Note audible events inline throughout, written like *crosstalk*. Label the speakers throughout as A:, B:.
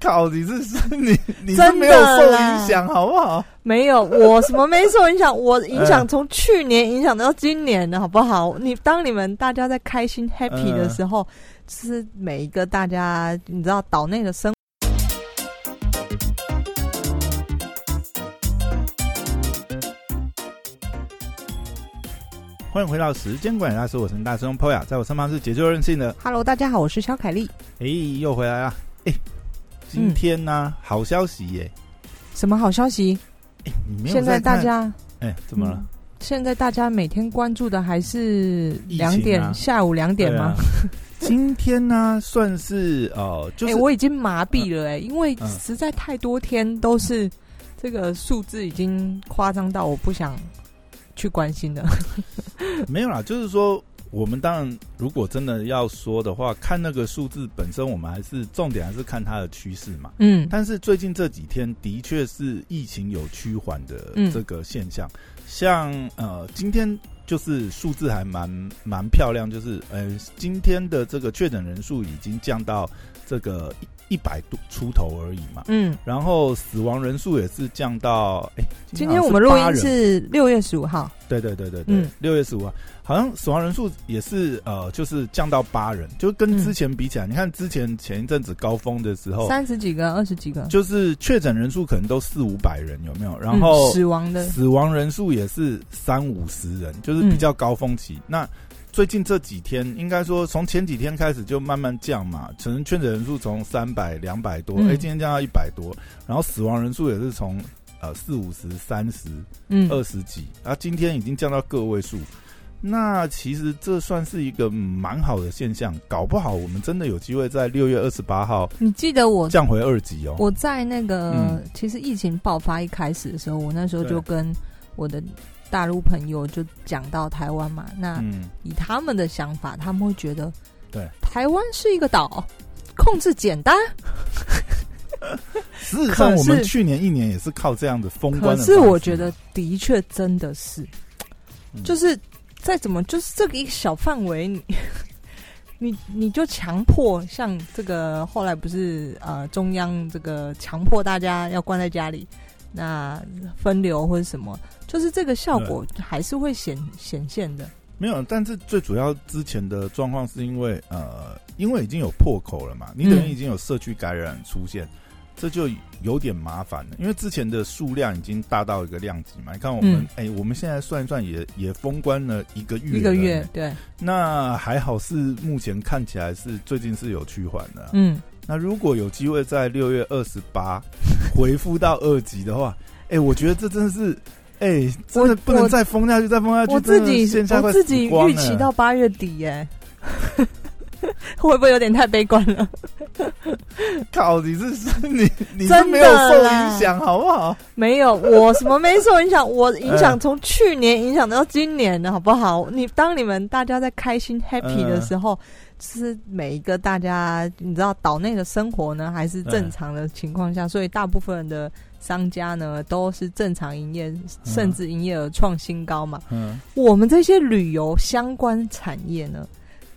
A: 靠，你是是 *laughs* 你你是
B: 真的
A: 没有受
B: 啦
A: 影响，好不好？
B: 没有，我什么没受影响？我影响从去年影响到今年的好不好？你当你们大家在开心 happy
A: 嗯
B: 的时候，就是每一个大家你知道岛内的生
A: 欢迎回到时间管理大师，我是大师兄 Poya，在我身旁是解救任性的，
B: Hello，大家好，我是肖凯丽。
A: 哎、又回来啦！哎、今天呢、好消息耶、
B: 什么好消息？
A: 哎你没有
B: 现在大
A: 看
B: 家
A: 哎、怎么了？
B: 嗯现在大家每天关注的还是
A: 疫情
B: 两点、
A: 啊
B: 下午两点吗？
A: 对啊？今天呢、算是哦、呃就
B: 哎、
A: 是、
B: 我已经麻痹了哎、因为
A: 嗯
B: 实在太多天都是这个数字已经夸张到我不想去关心了。
A: 没有啦，就是说，我们当然如果真的要说的话，看那个数字本身，我们还是重点还是看它的趋势嘛。
B: 嗯
A: 但是最近这几天的确是疫情有趋缓的
B: 嗯
A: 这个现象，像呃今天就是数字还蛮蛮漂亮，就是呃今天的这个确诊人数已经降到这个一百多出头而已嘛，
B: 嗯，
A: 然后死亡人数也是降到哎、
B: 今
A: 好
B: 天
A: 像啊是
B: 我们录
A: 8
B: 音
A: 人
B: 是六月十五号。
A: 对对对对对
B: 嗯，
A: 六、月十五号，好像死亡人数也是呃，就是降到八人，就
B: 嗯
A: 跟之前比起来，你看之前前一阵子高峰的时候，
B: 三十几个、二十几个，
A: 就是确诊人数可能都四五百人，有没有？然后
B: 嗯、死亡的，
A: 死亡人数也是三五十人，就是
B: 嗯
A: 比较高峰期。那最近这几天，应该说从前几天开始就慢慢降嘛，可能确诊人数从三百、两百多，哎、
B: 嗯
A: 今天降到一百多，然后死亡人数也是从呃四五十、三十。
B: 嗯，
A: 二十几，啊，今天已经降到个位数。那其实这算是一个蛮好的现象，搞不好我们真的有机会在六月二十八号
B: 你记得我
A: 降回二级哦。
B: 我在那个、
A: 嗯
B: 其实疫情爆发一开始的时候，我那时候
A: 对
B: 就跟我的大陆朋友就讲到台湾嘛，那
A: 嗯，
B: 以他们的想法，他们会觉得，
A: 对，
B: 台湾是一个岛，控制简单，
A: 事实上我
B: 可
A: 们
B: 是
A: 去年一年也是靠这样的封关
B: 可
A: 的方式。
B: 是我觉得的确真的是，
A: 嗯
B: 就是再怎么就是这个一个小范围，你你你就强迫像这个后来不是呃中央这个强迫大家要关在家里，那分流或者什么，就是这个效果还是会显显现的。
A: 没有，但是最主要之前的状况是因为呃，因为已经有破口了嘛，你等于
B: 嗯
A: 已经有社区感染出现，这就有点麻烦了。因为之前的数量已经大到一个量级嘛，你看我们
B: 嗯
A: 哎、我们现在算一算也也封关了一个月，
B: 一个月，对，
A: 那还好是目前看起来是最近是有趋缓的啊、
B: 嗯，
A: 那如果有机会在六月二十八 *laughs* 回复到二级的话，哎、我觉得这真的是，哎、真的
B: 我
A: 不能再封下去，再封下去，
B: 我自
A: 真的
B: 己
A: 线下
B: 我
A: 快
B: 自己
A: 死光
B: 预期
A: 了
B: 到八月底耶、 *laughs* 会不会有点太悲观了？
A: 靠，你是是你你是
B: 真的
A: 没有受影
B: 啦
A: 响，好不好？
B: 没有，我什么没受影响？我影响从去年影响到今年的好不好？你当你们大家在开心 happy
A: 嗯
B: 的时候，就是每一个大家你知道岛内的生活呢还是正常的情况下，所以大部分人的商家呢都是正常营业，甚至营业额创新高嘛。
A: 嗯，
B: 我们这些旅游相关产业呢，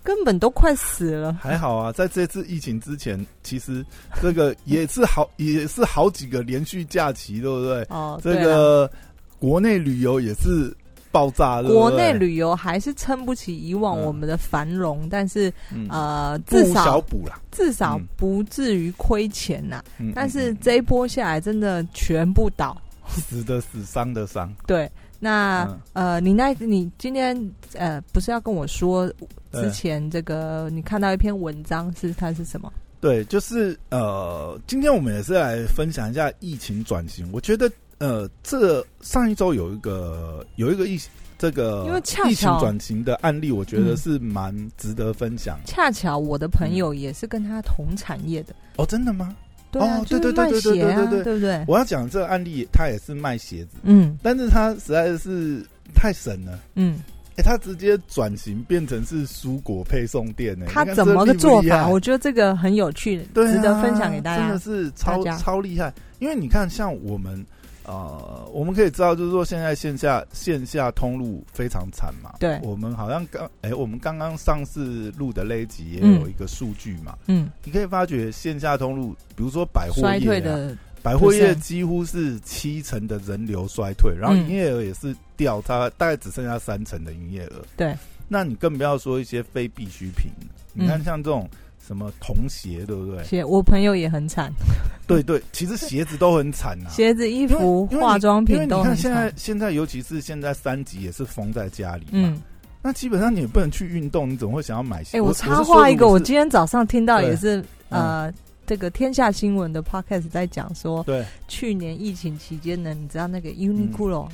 B: 根本都快死了。
A: 还好啊，在这次疫情之前，其实这个也是好 *laughs* 也是好几个连续假期，对不对？
B: 哦，
A: 嗯这
B: 对了
A: 个国内旅游也是爆炸，对不
B: 国
A: 对
B: 内旅游还是撑不起以往
A: 嗯
B: 我们的繁荣，但是
A: 嗯
B: 呃，
A: 不
B: 至少
A: 小补啦，
B: 至少
A: 嗯
B: 不至于亏钱呐、
A: 嗯
B: 但
A: 嗯
B: 是
A: 嗯
B: 这一波下来，真的全部倒。
A: 死的死，伤的伤，
B: 对，那、
A: 嗯
B: 呃，你那，你今天呃，不是要跟我说
A: 嗯
B: 之前这个你看到一篇文章是它是什么？
A: 对，就是呃，今天我们也是来分享一下疫情转型。我觉得呃，这上一周有一个有一个疫这个
B: 因为恰巧
A: 疫情转型的案例，我觉得
B: 嗯
A: 是蛮值得分享。
B: 恰巧我的朋
A: 嗯
B: 友也是跟他同产业的，
A: 哦，真的吗？
B: 对啊，
A: 哦
B: 就
A: 对对
B: 是卖
A: 对对
B: 鞋啊，
A: 对对对
B: 不对？
A: 我要讲这个案例，他也是卖鞋子，
B: 嗯
A: 但是他实在是太神了。
B: 嗯，
A: 哎、他直接转型变成是蔬果配送店呢、哎
B: 他
A: 你看
B: 怎
A: 这
B: 么个
A: 厉不
B: 做
A: 厉害
B: 法？我觉得这个很有趣，
A: 对啊、
B: 值得分享给大
A: 真
B: 家
A: 的。是超
B: 大家
A: 超厉害。因为你看，像我们呃，我们可以知道，就是说现在线下线下通路非常惨嘛。
B: 对
A: 我们好像刚哎、我们刚刚上次录的那一集也
B: 嗯
A: 有一个数据嘛，
B: 嗯，
A: 你可以发觉线下通路，比如说百货业、啊、
B: 衰退的
A: 百货业
B: percent
A: 几乎是七成的人流衰退，然后
B: 嗯
A: 营业额也是掉，它大概只剩下三成的营业额。
B: 对，
A: 那你更不要说一些非必需品，你看
B: 嗯
A: 像这种什么童鞋，对不对？啊
B: 鞋，我朋友也很惨，
A: *laughs* 对对，其实鞋子都很惨呐、
B: 鞋子、衣服、
A: 因为因为你
B: 化妆
A: 因为
B: 品
A: 你
B: 都
A: 看
B: 很
A: 现在
B: 惨。
A: 现在尤其是现在三级也是封在家里嘛，
B: 嗯，
A: 那基本上你也不能去运动，你怎么会想要买鞋？
B: 哎，
A: 我
B: 插话一个，我
A: 今
B: 今天早上听到
A: 对嗯
B: 也是呃，这个天下新闻的 podcast 在讲说，
A: 对
B: 去年疫情期间呢，你知道那个 Uniqlo，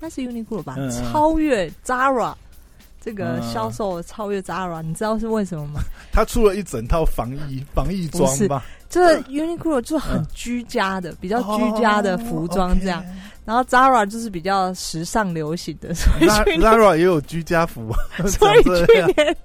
B: 那是 Uniqlo 吧
A: 嗯嗯嗯，嗯
B: 超越 Zara。这
A: 嗯
B: 个
A: 嗯嗯
B: 销售超越 Zara，你知道是为
A: *laughs*
B: 什么吗？
A: 他出了一整套防
B: *laughs*
A: 疫防疫装
B: 不是
A: 吧，
B: 这 Uniqlo 就是很
A: 嗯
B: 居家的，比较居家的服装这样。
A: 哦
B: 然后 Zara 就是比较时尚流行
A: *laughs*
B: 的，所以 *laughs*
A: ，OK。
B: 去
A: l a r a 也有居家服，啊
B: *laughs* 所以
A: 长这
B: 去
A: 样
B: 年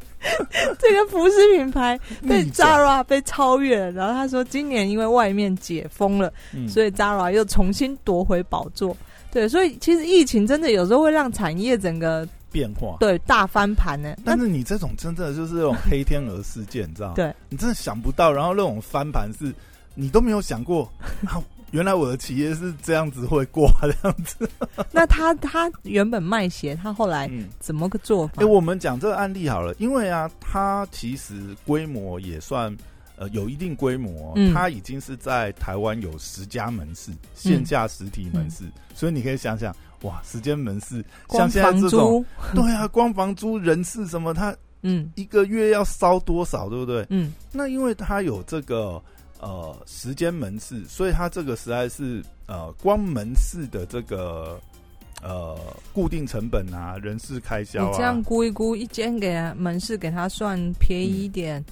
B: *laughs* 这个服饰品牌被
A: 逆转
B: Zara 被超越了。然后他说，今年因为外面解封了，
A: 嗯
B: 所以 Zara 又重新夺回宝座。对，所以其实疫情真的有时候会让产业整个
A: 变化。
B: 对大翻盘呢。那
A: 但是你这种真的就是那种黑天鹅事件，你知道吗？
B: 对，
A: 你真的想不到，然后那种翻盘是你都没有想过啊，原来我的企业是这样子会挂这样子。
B: 那他他原本卖鞋，他后来
A: 嗯，
B: 怎么个做
A: 哎、
B: 法？
A: 我们讲这个案例好了，因为啊，它其实规模也算呃有一定规模，哦
B: 嗯
A: 它已经是在台湾有十家门市，线下实体门市，所以你可以想想，哇，十间门市，像
B: 嗯光
A: 现在
B: 房
A: 这种，
B: 租，
A: 对啊，光房租、人事什么，它
B: 嗯
A: 一个月要烧多少，对不对？
B: 嗯
A: 那因为它有这个呃时间门市，所以它这个实在是呃光门市的这个呃固定成本啊、人事开销
B: 你
A: 啊，
B: 这样估一估，一间给他门市给他算便宜一点，
A: 嗯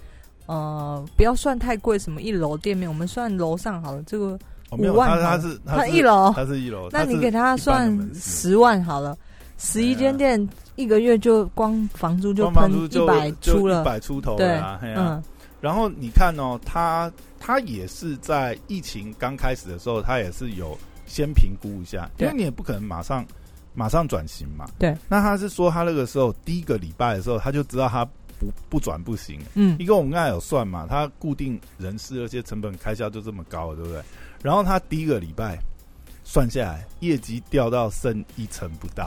B: 呃，不要算太贵，什么一楼店面，我们算楼上好了，这个
A: 哦没有
B: 5万
A: 它
B: 吗
A: 它是
B: 他
A: 是
B: 一楼，
A: 它是一楼，
B: 那
A: 它
B: 你
A: 哦是
B: 给他
A: 一
B: 算
A: 般的门市哎
B: 十万好了，十一间店一个月就光房租就
A: 光
B: 喷
A: 房租
B: 一
A: 就
B: 百
A: 就
B: 出
A: 一
B: 了，
A: 百出头
B: 对
A: 了啊，嘿啊
B: 嗯
A: 然后你看哦，它它也是在疫情刚开始的时候，它也是有先评估一下，因
B: 对
A: 为你也不可能马上马上转型嘛。
B: 对。
A: 那他是说他那个时候第一个礼拜的时候，他就知道他不不转不行。
B: 嗯
A: 一个我们刚才有算嘛，他固定人事那些成本开销就这么高了，对不对？然后他第一个礼拜算下来，业绩掉到剩一成不
B: *laughs*
A: 到。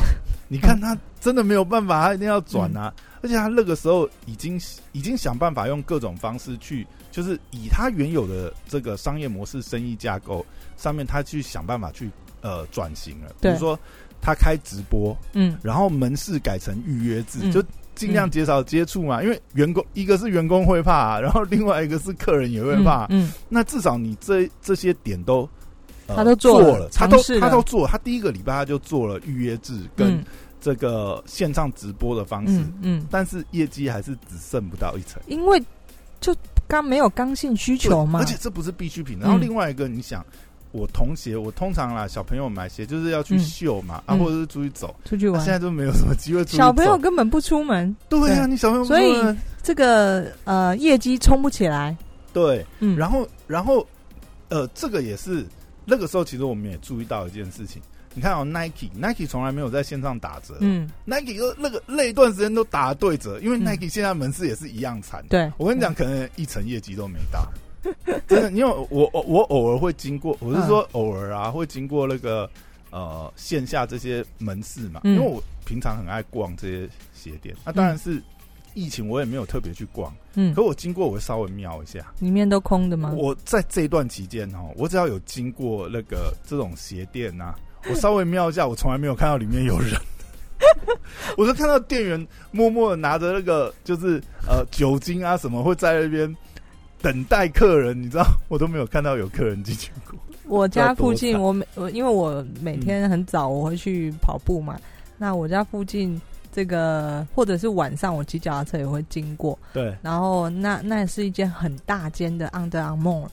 A: 你看他真的没有办法，他一定要转啊！
B: 嗯
A: 而且他那个时候已经已经想办法用各种方式去，就是以他原有的这个商业模式、生意架构上面，他去想办法去呃转型了。比
B: 对
A: 如说他开直播，
B: 嗯，
A: 然后门市改成预约制，
B: 嗯
A: 就尽量减少接触嘛，因为员工一个是员工会怕、
B: *laughs*
A: 然后另外一个是客人也会怕。
B: 嗯，
A: 那至少你这这些点都。呃
B: 他都做
A: 做
B: 了
A: 他都
B: 尝试了
A: 他都做，他第一个礼拜他就做了预约制跟
B: 嗯
A: 这个线上直播的方式，
B: 嗯嗯，
A: 但是业绩还是只剩不到一成。
B: 因为就刚没有刚性需求嘛
A: 而，且这不是必需品。然后
B: 嗯
A: 另外一个，你想，我童鞋，我通常啦，小朋友买鞋就是要去
B: 嗯
A: 秀嘛，啊，
B: 嗯
A: 或者是出去走。
B: 出去
A: 那啊现在
B: 玩，
A: 都没有什么机会出去
B: 小朋友
A: 走
B: 根本不出门，
A: 对啊，你小朋友不
B: 所以
A: 出门
B: 这个呃业绩冲不起来，
A: 对，
B: 嗯，
A: 然后然后呃，这个也是那个时候，其实我们也注意到一件事情。你看哦，Nike，Nike 从来没有在线上打折、
B: 嗯
A: n i k e 就那个那一段时间都打对折，因为
B: 嗯
A: Nike 现在门市也是一样惨。
B: 对，嗯
A: 我跟你讲，可能一成业绩都没到。真的，因为我我我偶尔会经过，我是
B: 嗯
A: 说偶尔啊，会经过那个呃线下这些门市嘛，
B: 嗯
A: 因为我平常很爱逛这些鞋店。那、当然是疫情，我也没有特别去逛，
B: 嗯，
A: 可我经过我会稍微瞄一下。
B: 里面都空的吗？
A: 我在这一段期间哦，我只要有经过那个这种鞋店 *laughs* 呐、我稍微瞄一下，我从来没有看到里面有人。 *laughs* 我就看到店员默默的拿着那个就是呃酒精啊什么，会在那边等待客人，你知道，我都没有看到有客人进去过。
B: 我家附
A: 要
B: 近，
A: 多
B: 我每我因为我每天很早我会去跑步嘛，那我家附近这个或者是晚上我骑脚踏车也会经过，
A: 对，
B: 然后那那是一间很大间的 Under Armour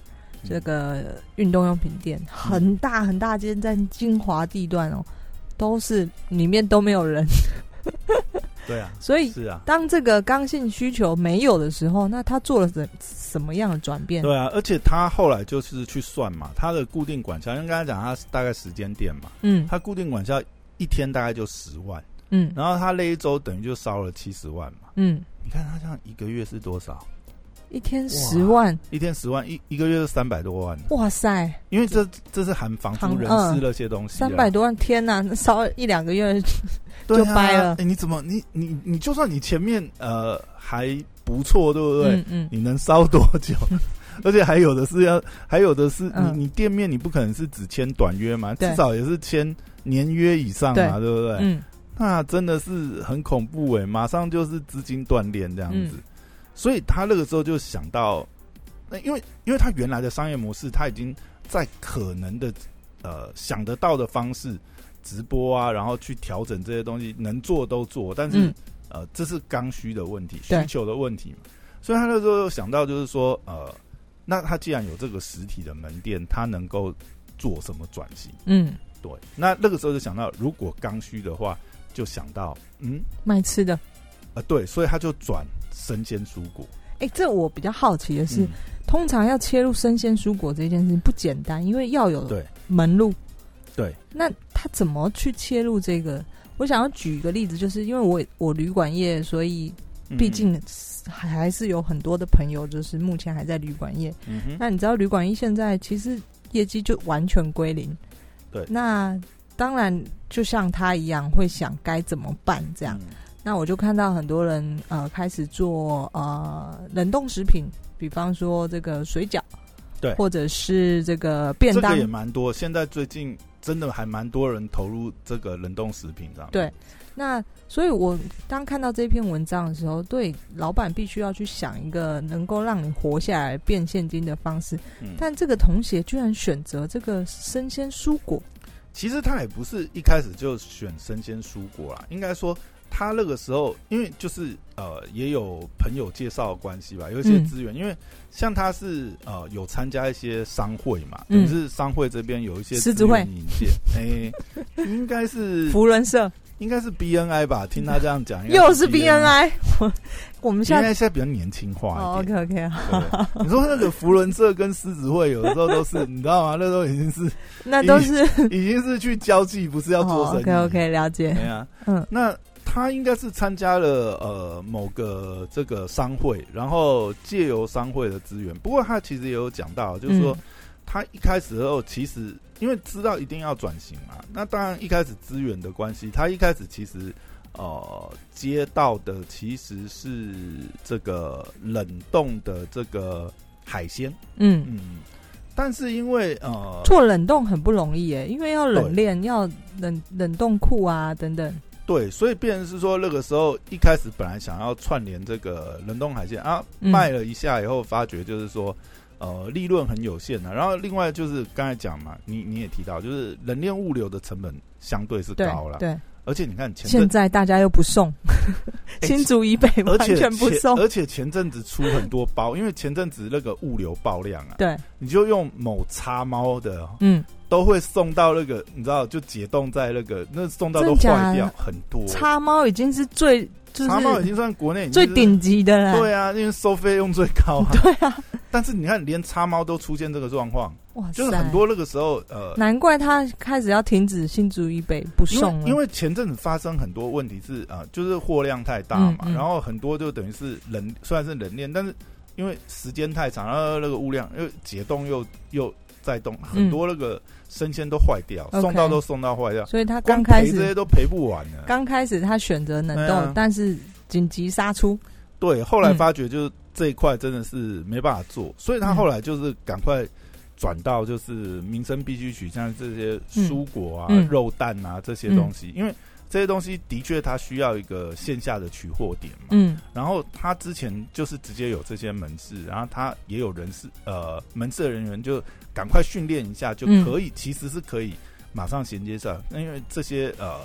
B: 这个运动用品店，很大很大间，在金华地段哦，都是里面都没有人，
A: 对啊，
B: 所以
A: 是啊，
B: 当这个刚性需求没有的时候，那他做了什什么样的转变？
A: 对啊，而且他后来就是去算嘛，他的固定管销，因为刚才讲他大概时间店嘛，
B: 嗯
A: 他固定管销一天大概就十万，
B: 嗯
A: 然后他那一周等于就烧了七十万嘛。
B: 嗯，
A: 你看他这样一个月是多少？
B: 一天十万，
A: 一天十万，一一个月是三百多万，啊
B: 哇塞，
A: 因为这这是含房租、
B: 含
A: 人
B: 嗯
A: 事那些东西啊，
B: 三百多万，天呐，那烧一两个月，
A: 对啊
B: 就掰了
A: 哎你怎么你你你就算你前面呃还不错，对不对？
B: 嗯嗯，
A: 你能烧多
B: *laughs*
A: 久？而且还有的是要，还有的是
B: 嗯
A: 你你店面你不可能是只签短约嘛，
B: 对
A: 至少也是签年约以上嘛，对不对？
B: 嗯
A: 那真的是很恐怖哎、马上就是资金断裂这样子。
B: 嗯
A: 所以他那个时候就想到，那因为因为他原来的商业模式，他已经在可能的呃想得到的方式直播啊，然后去调整这些东西，能做都做，但是、
B: 嗯
A: 呃这是刚需的问题，需
B: 对
A: 求的问题嘛。所以他那时候想到就是说，呃，那他既然有这个实体的门店，他能够做什么转型？
B: 嗯，
A: 对，那那个时候就想到，如果刚需的话，就想到，嗯，
B: 卖吃的。
A: 呃，对，所以他就转生鲜蔬果。
B: 哎，这我比较好奇的是，
A: 嗯
B: 通常要切入生鲜蔬果这件事情不简单，因为要有
A: 对
B: 门路。
A: 对，
B: 那他怎么去切入这个？我想要举一个例子，就是因为我我旅馆业，所以
A: 嗯
B: 毕，竟还还是有很多的朋友，就是目前还在旅馆业。
A: 嗯哼，
B: 那你知道旅馆业现在其实业绩就完全归零。
A: 对
B: 那当然就像他一样，会想该怎么办这样。
A: 嗯
B: 那我就看到很多人呃开始做呃冷冻食品，比方说这个水饺，
A: 对
B: 或者是这个便
A: 这
B: 当
A: 个也，蛮多。现在最近真的还蛮多人投入这个冷冻食品上面。
B: 对那所以，我当看到这篇文章的时候，对老板必须要去想一个能够让你活下来变现金的方式。
A: 嗯，
B: 但这个同学居然选择这个生鲜蔬
A: *laughs*
B: 果，
A: 其实他也不是一开始就选生鲜蔬果啦，应该说他那个时候，因为就是呃，也有朋友介绍的关系吧，有一些
B: 嗯
A: 资源，因为像他是呃有参加一些商会嘛，等于
B: 嗯
A: 是商会这边有一些
B: 狮子会
A: 资源引
B: *laughs*
A: 荐，哎、应该是
B: 福人社
A: 应该是 BNI 吧，听他这样讲， *laughs* 应该
B: 又是
A: BNI。
B: BNI，我 *laughs* 我们
A: 应
B: 现在
A: 该现在比较年轻化
B: 哦
A: 一点。
B: ，OK OK，
A: 对不对 *laughs* 你说那个福伦社跟狮子会，有的时候都是，你知道吗？那时候已经是
B: 那都是
A: 已经是去交际，不是要做生意。
B: OK OK，了解，
A: 对啊，
B: 嗯
A: 那他应该是参加了呃某个这个商会，然后借由商会的资源。不过他其实也有讲到，就是说、
B: 嗯
A: 他一开始的时候，其实因为知道一定要转型嘛，那当然一开始资源的关系，他一开始其实。呃，接到的其实是这个冷冻的这个海鲜，
B: 嗯。
A: 嗯，但是因为呃，
B: 做冷冻很不容易耶，因为要冷
A: 对
B: 链，要冷冷冻库啊等等。
A: 对，所以变成是说，那个时候一开始本来想要串联这个冷冻海鲜啊，
B: 嗯
A: 卖了一下以后，发觉就是说，呃，利润很有限的、然后另外就是刚才讲嘛，你你也提到，就是冷链物流的成本相对是
B: 对
A: 高了，
B: 对，
A: 而且你看前
B: 现
A: 阵，
B: 在大家又
A: *laughs*
B: 不送，
A: 哎
B: 新竹以北
A: 而
B: 完
A: 且
B: 全不
A: 前
B: 送。
A: 而且前阵子出很多包，因为前阵子那个物流爆量啊，
B: 对，
A: 你就用某叉猫的
B: 嗯，
A: 都会送到那个，你知道，就解冻在那个那送到都
B: 真假
A: 坏掉很多，
B: 叉猫已经是最就
A: 叉猫已
B: 是
A: 经算国内已经
B: 最
A: 是
B: 顶级的了。
A: 对啊，因为收费用最高啊。
B: 哎 *laughs* 对啊，
A: 但是你看，连叉猫都出现这个状况，
B: 哇
A: 就是很
B: 塞，
A: 多那个时候，呃，
B: 难怪他开始要停止新竹以北不
A: 因
B: 送
A: 为
B: 了。
A: 因为前阵子发生很多问题是啊、呃就是货量太大嘛，
B: 嗯嗯
A: 然后很多就等于是冷，虽然是冷链，但是因为时间太长，然后那个物量又解冻又又再冻，很多那个生鲜都坏掉，
B: 嗯 OK
A: 送到都送到坏掉，
B: 所以他
A: 光
B: 刚开
A: 赔这
B: 始
A: 些都赔不完啊呢。
B: 刚开始他选择冷
A: 哎对啊
B: 冻，但是紧急杀出。
A: 对，后
B: 嗯
A: 来发觉就是这一块真的是没办法做，所以他后来就是赶快转到就是民生必需取向这些蔬果啊、
B: 嗯嗯
A: 肉蛋啊这些东西，因为这些东西的确它需要一个线下的取货点嘛。
B: 嗯
A: 然后他之前就是直接有这些门市，然后他也有人事呃门市的人员就赶快训练一下就
B: 嗯
A: 可以，其实是可以马上衔接上。那因为这些呃，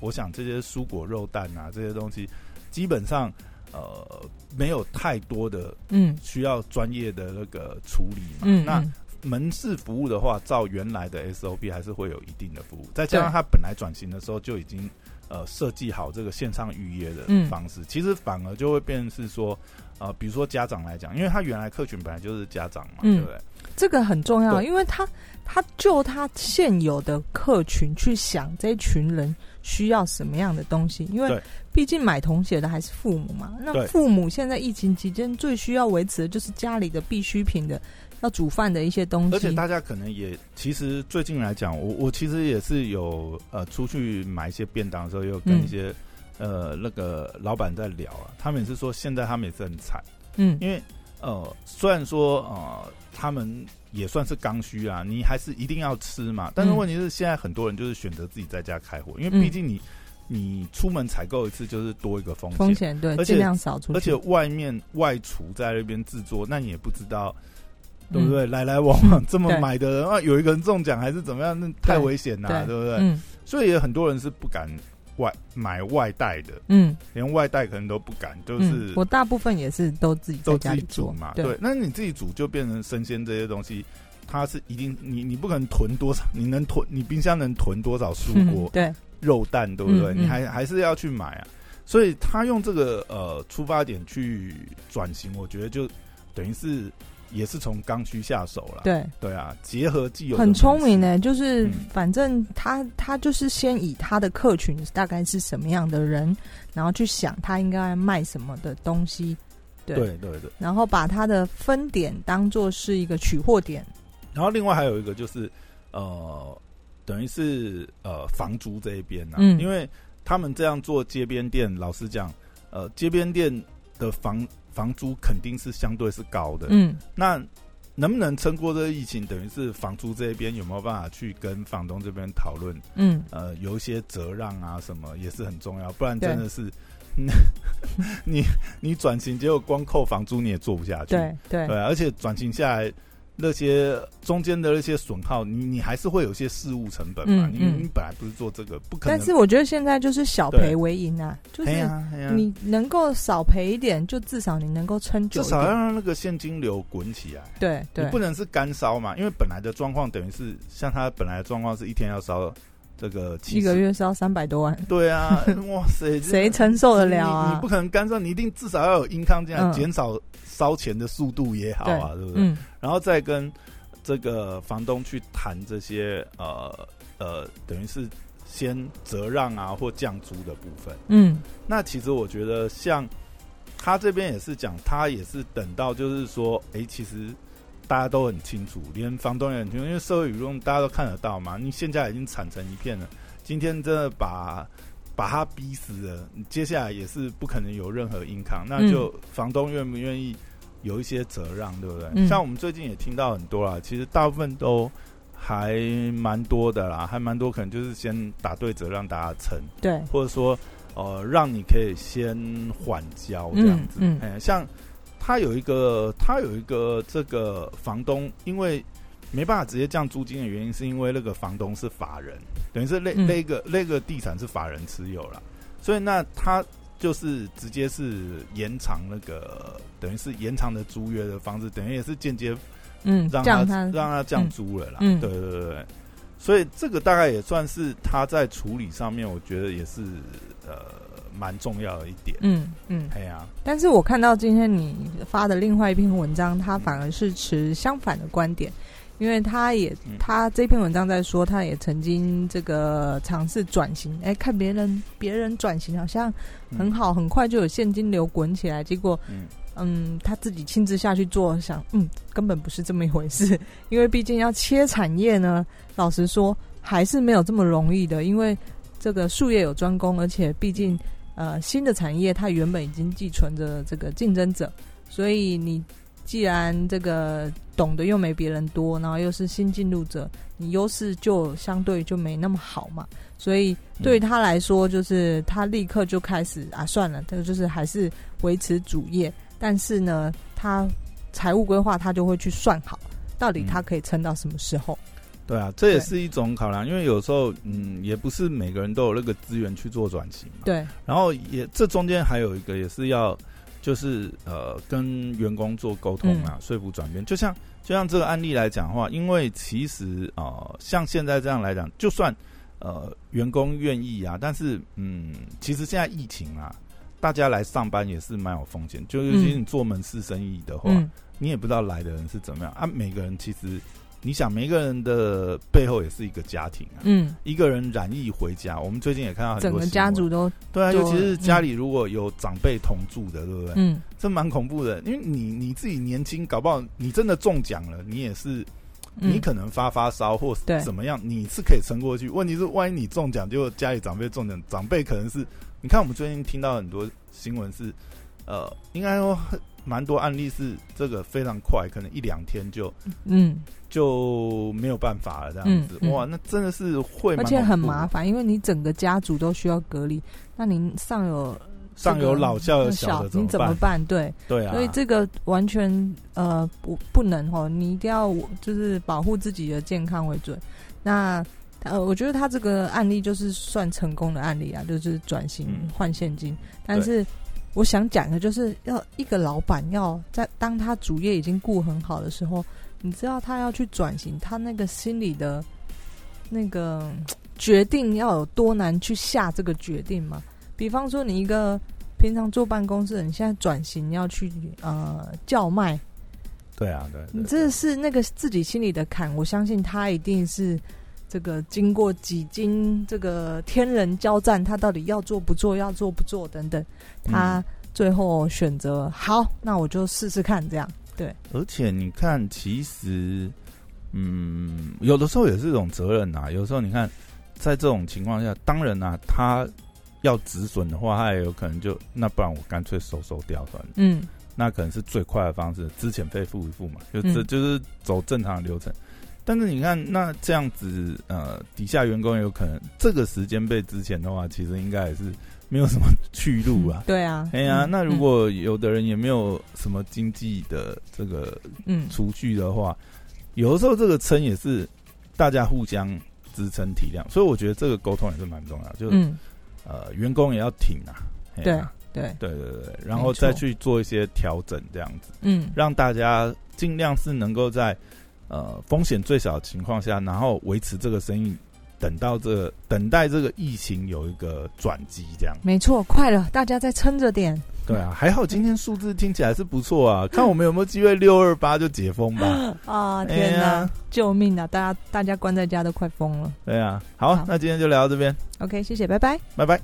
A: 我想这些蔬果肉蛋啊这些东西，基本上呃没有太多的
B: 嗯
A: 需要专业的那个处理嘛。
B: 嗯，
A: 那
B: 嗯
A: 门市服务的话，照原来的 SOP 还是会有一定的服务，再加上它本来转型的时候就已经呃设计好这个线上预约的
B: 嗯
A: 方式，其实反而就会变成是说，呃，比如说家长来讲，因为他原来客群本来就是家长嘛，
B: 嗯
A: 对不对？
B: 这个很重要，啊
A: 对
B: 因为他他就他现有的客群去想这一群人需要什么样的东西，因为
A: 对
B: 毕竟买童鞋的还是父母嘛。那
A: 对
B: 父母现在疫情期间最需要维持的就是家里的必需品的，要煮饭的一些东
A: 而且
B: 西。
A: 大家可能也，其实最近来讲，我我其实也是有呃出去买一些便当的时候，也有跟
B: 嗯
A: 一些、呃那个老板在聊啊，他们也是说现在他们也是很惨，
B: 嗯
A: 因为呃虽然说呃他们也算是刚需啊，你还是一定要吃嘛，但是
B: 嗯
A: 问题是现在很多人就是选择自己在家开火，因为
B: 嗯
A: 毕竟你你出门采购一次就是多一个风险，
B: 风险对，
A: 而且
B: 尽量少出去。
A: 而且外面外厨在那边制作，那你也不知道。
B: 嗯
A: 对不对？来来往往这么
B: 对
A: 买的人啊，有一个人中奖还是怎么样，那太危险啦、
B: 对
A: 对不对？
B: 嗯
A: 所以也很多人是不敢外买外带的，
B: 嗯
A: 连外带可能都不敢，就
B: 嗯
A: 是，
B: 我大部分也是都自己在
A: 都
B: 家
A: 自
B: 里
A: 己煮
B: 做
A: 嘛。
B: 对，
A: 对，那你自己煮就变成生鲜这些东西，它是一定你你不可能囤多少，你能囤你冰箱能囤多少蔬
B: 嗯
A: 果、
B: 对，
A: 肉蛋，对不对？
B: 嗯嗯
A: 你还还是要去买啊。所以他用这个呃出发点去转型，我觉得就等于是也是从刚需下手了。
B: 对。
A: 对啊，结合既有的
B: 很聪明呢、
A: 东西
B: 就是
A: 嗯
B: 反正他他就是先以他的客群大概是什么样的人，然后去想他应该卖什么的东西，欸对
A: 对对对。
B: 然后把他的分点当做是一个取货点。
A: 然后另外还有一个就是呃，等于是呃房租这一边呢、啊，
B: 嗯
A: 因为他们这样做街边店，老实讲，呃，街边店的房房租肯定是相对是高的，
B: 嗯，
A: 那。能不能撑过这个疫情，等于是房租这边有没有办法去跟房东这边讨论？
B: 嗯，
A: 呃，有一些折让啊什么也是很重要，不然真
B: 对
A: 的是， *laughs* 你你转型，结果光扣房租你也做不下去。
B: 对对
A: 对，而且转型下来，那些中间的那些损耗，你你还是会有一些事务成本嘛。
B: 嗯
A: 你
B: 嗯
A: 你本来不是做这个，不可能。
B: 但是我觉得现在就是小赔为赢啊，就
A: 哎
B: 是
A: 呀哎呀，
B: 你能够少赔一点，就至少你能够撑久
A: 至
B: 一
A: 少要
B: 点。
A: 让那个现金流滚起来。
B: 对
A: 你
B: 对
A: 不，能是干烧嘛，因为本来的状况等于是像他本来的状况是一天要烧这个70
B: 一个。月是要三百多万，
A: 对
B: *laughs*
A: 啊，哇塞，
B: 谁承受得了
A: 你你
B: 啊
A: 不？可能干烧，你一定至少要有 income 这样
B: 嗯
A: 减少烧钱的速度也好啊，对不对？
B: 嗯
A: 然后再跟这个房东去谈这些呃呃，等于是先折让啊或降租的部分。
B: 嗯
A: 那其实我觉得像他这边也是讲，他也是等到就是说，诶，其实大家都很清楚，连房东也很清楚，因为社会舆论大家都看得到嘛。你现在已经惨成一片了，今天真的把。把他逼死了，你接下来也是不可能有任何硬抗，那就房东愿不愿意有一些责让，对不对？
B: 嗯
A: 像我们最近也听到很多啦，其实大部分都还蛮多的啦，还蛮多可能就是先打对折让大家撑，
B: 对，
A: 或者说呃，让你可以先缓交这样子。
B: 嗯
A: 嗯像他有一个，他有一个这个房东，因为没办法直接降租金的原因，是因为那个房东是法人，等于是那、
B: 嗯
A: 那个那个地产是法人持有了，所以那他。就是直接是延长那个，等于是延长的租约的方式，等于也是间接
B: 嗯，
A: 让
B: 这样
A: 他
B: 他
A: 让他降租了啦。
B: 嗯嗯
A: 对对对对，所以这个大概也算是他在处理上面，我觉得也是呃蛮重要的一点。
B: 嗯嗯。
A: 哎呀、
B: 但是我看到今天你发的另外一篇文章，他反而是持相反的观点，因为他也
A: 嗯
B: 他这篇文章在说，他也曾经这个尝试转型，哎，看别人别人转型好像
A: 嗯
B: 很好，很快就有现金流滚起来，结果
A: 嗯
B: 嗯，他自己亲自下去做，想嗯，根本不是这么一回事，因为毕竟要切产业呢，老实说还是没有这么容易的，因为这个术业有专攻，而且毕竟呃新的产业它原本已经寄存着这个竞争者，所以你既然这个懂得又没别人多，然后又是新进入者，你优势就相对就没那么好嘛，所以对于他来说，就是他立刻就开始啊，算了，这个就是还是维持主业，但是呢，他财务规划他就会去算好，到底
A: 嗯
B: 他可以撑到什么时候？
A: 对啊，这也
B: 对
A: 是一种考量，因为有时候嗯，也不是每个人都有那个资源去做转型嘛。
B: 对，
A: 然后也这中间还有一个也是要，就是呃跟员工做沟通
B: 嗯
A: 啊，说服转变。就像啊就像这个案例来讲的话，因为其实呃像现在这样来讲，就算呃员工愿意啊，但是嗯，其实现在疫情啊，大家来上班也是蛮有风险，就是
B: 嗯
A: 其实你做门市生意的话，
B: 嗯，
A: 你也不知道来的人是怎么样啊。每个人其实你想，每个人的背后也是一个家庭啊。
B: 嗯，
A: 一个人染疫回家，我们最近也看到很多
B: 整个
A: 新
B: 家
A: 闻啊
B: 族都，
A: 对啊，
B: 就
A: 尤其是家里如果有长辈同住的，对不对？
B: 嗯，
A: 这蛮恐怖的，因为你你自己年轻，搞不好你真的中奖了，你也是
B: 嗯
A: 你可能发发烧或
B: 对
A: 是怎么样，你是可以撑过去。问题是，万一你中奖，结果家里长辈中奖，长辈可能是，你看我们最近听到很多新闻是，呃，应该说很蛮多案例是这个非常快，可能一两天就
B: 嗯，
A: 就没有办法了这样子。
B: 嗯嗯
A: 哇，那真的是会蛮恐
B: 而
A: 怖的，
B: 且很麻烦，因为你整个家族都需要隔离，那您上有
A: 上有老下有小的，
B: 你怎么
A: 办？
B: 办？对，
A: 对啊，
B: 所以这个完全呃不不能哦，你一定要就是保护自己的健康为准。那呃，我觉得他这个案例就是算成功的案例啊，就是转型
A: 嗯
B: 换现金。但是我想讲的就是要一个老板要在当他主业已经顾很好的时候，你知道他要去转型，他那个心里的那个决定要有多难去下这个决定吗？比方说，你一个平常坐办公室的人，你现在转型要去呃叫卖，
A: 对啊，对
B: 你
A: 对
B: 这是那个自己心里的坎，我相信他一定是这个经过几经这个天人交战，他到底要做不做，要做不做等等，
A: 嗯
B: 他最后选择好，那我就试试看这样。
A: 而且你看，其实，嗯，有的时候也是一种责任呐、啊有时候你看，在这种情况下，当然啦、他要止损的话，他也有可能就那不然我干脆收收掉算了，
B: 嗯
A: 那可能是最快的方式，之前费付一付嘛，就这、
B: 嗯
A: 就是走正常的流程。但是你看，那这样子，呃，底下员工有可能这个时间被之前的话，其实应该也是没有什么去路啊。
B: 对啊，
A: 哎呀、
B: 嗯
A: 那如果有的人也没有什么经济的这个
B: 嗯
A: 除去的话，有的时候这个撑也是大家互相支撑体谅，所以我觉得这个沟通也是蛮重要的，就是、
B: 嗯
A: 呃员工也要挺啊，嘿
B: 对
A: 啊
B: 对
A: 对对对，然
B: 没
A: 后再
B: 错
A: 去做一些调整，这样子
B: 嗯
A: 让大家尽量是能够在呃风险最小的情况下，然后维持这个生意，等到这个等待这个疫情有一个转机，这样
B: 没错，快了，大家再撑着点。
A: 对啊，还好今天数字听起来是不错啊，看我们有没有机会六二八就解封吧。
B: *laughs* 啊！
A: 哎
B: 天哪，
A: 呀
B: 救命啊！大家大家关在家都快疯了。
A: 对啊，好，
B: 好
A: 那今天就聊到这边，
B: OK，谢谢，拜拜。
A: 拜拜。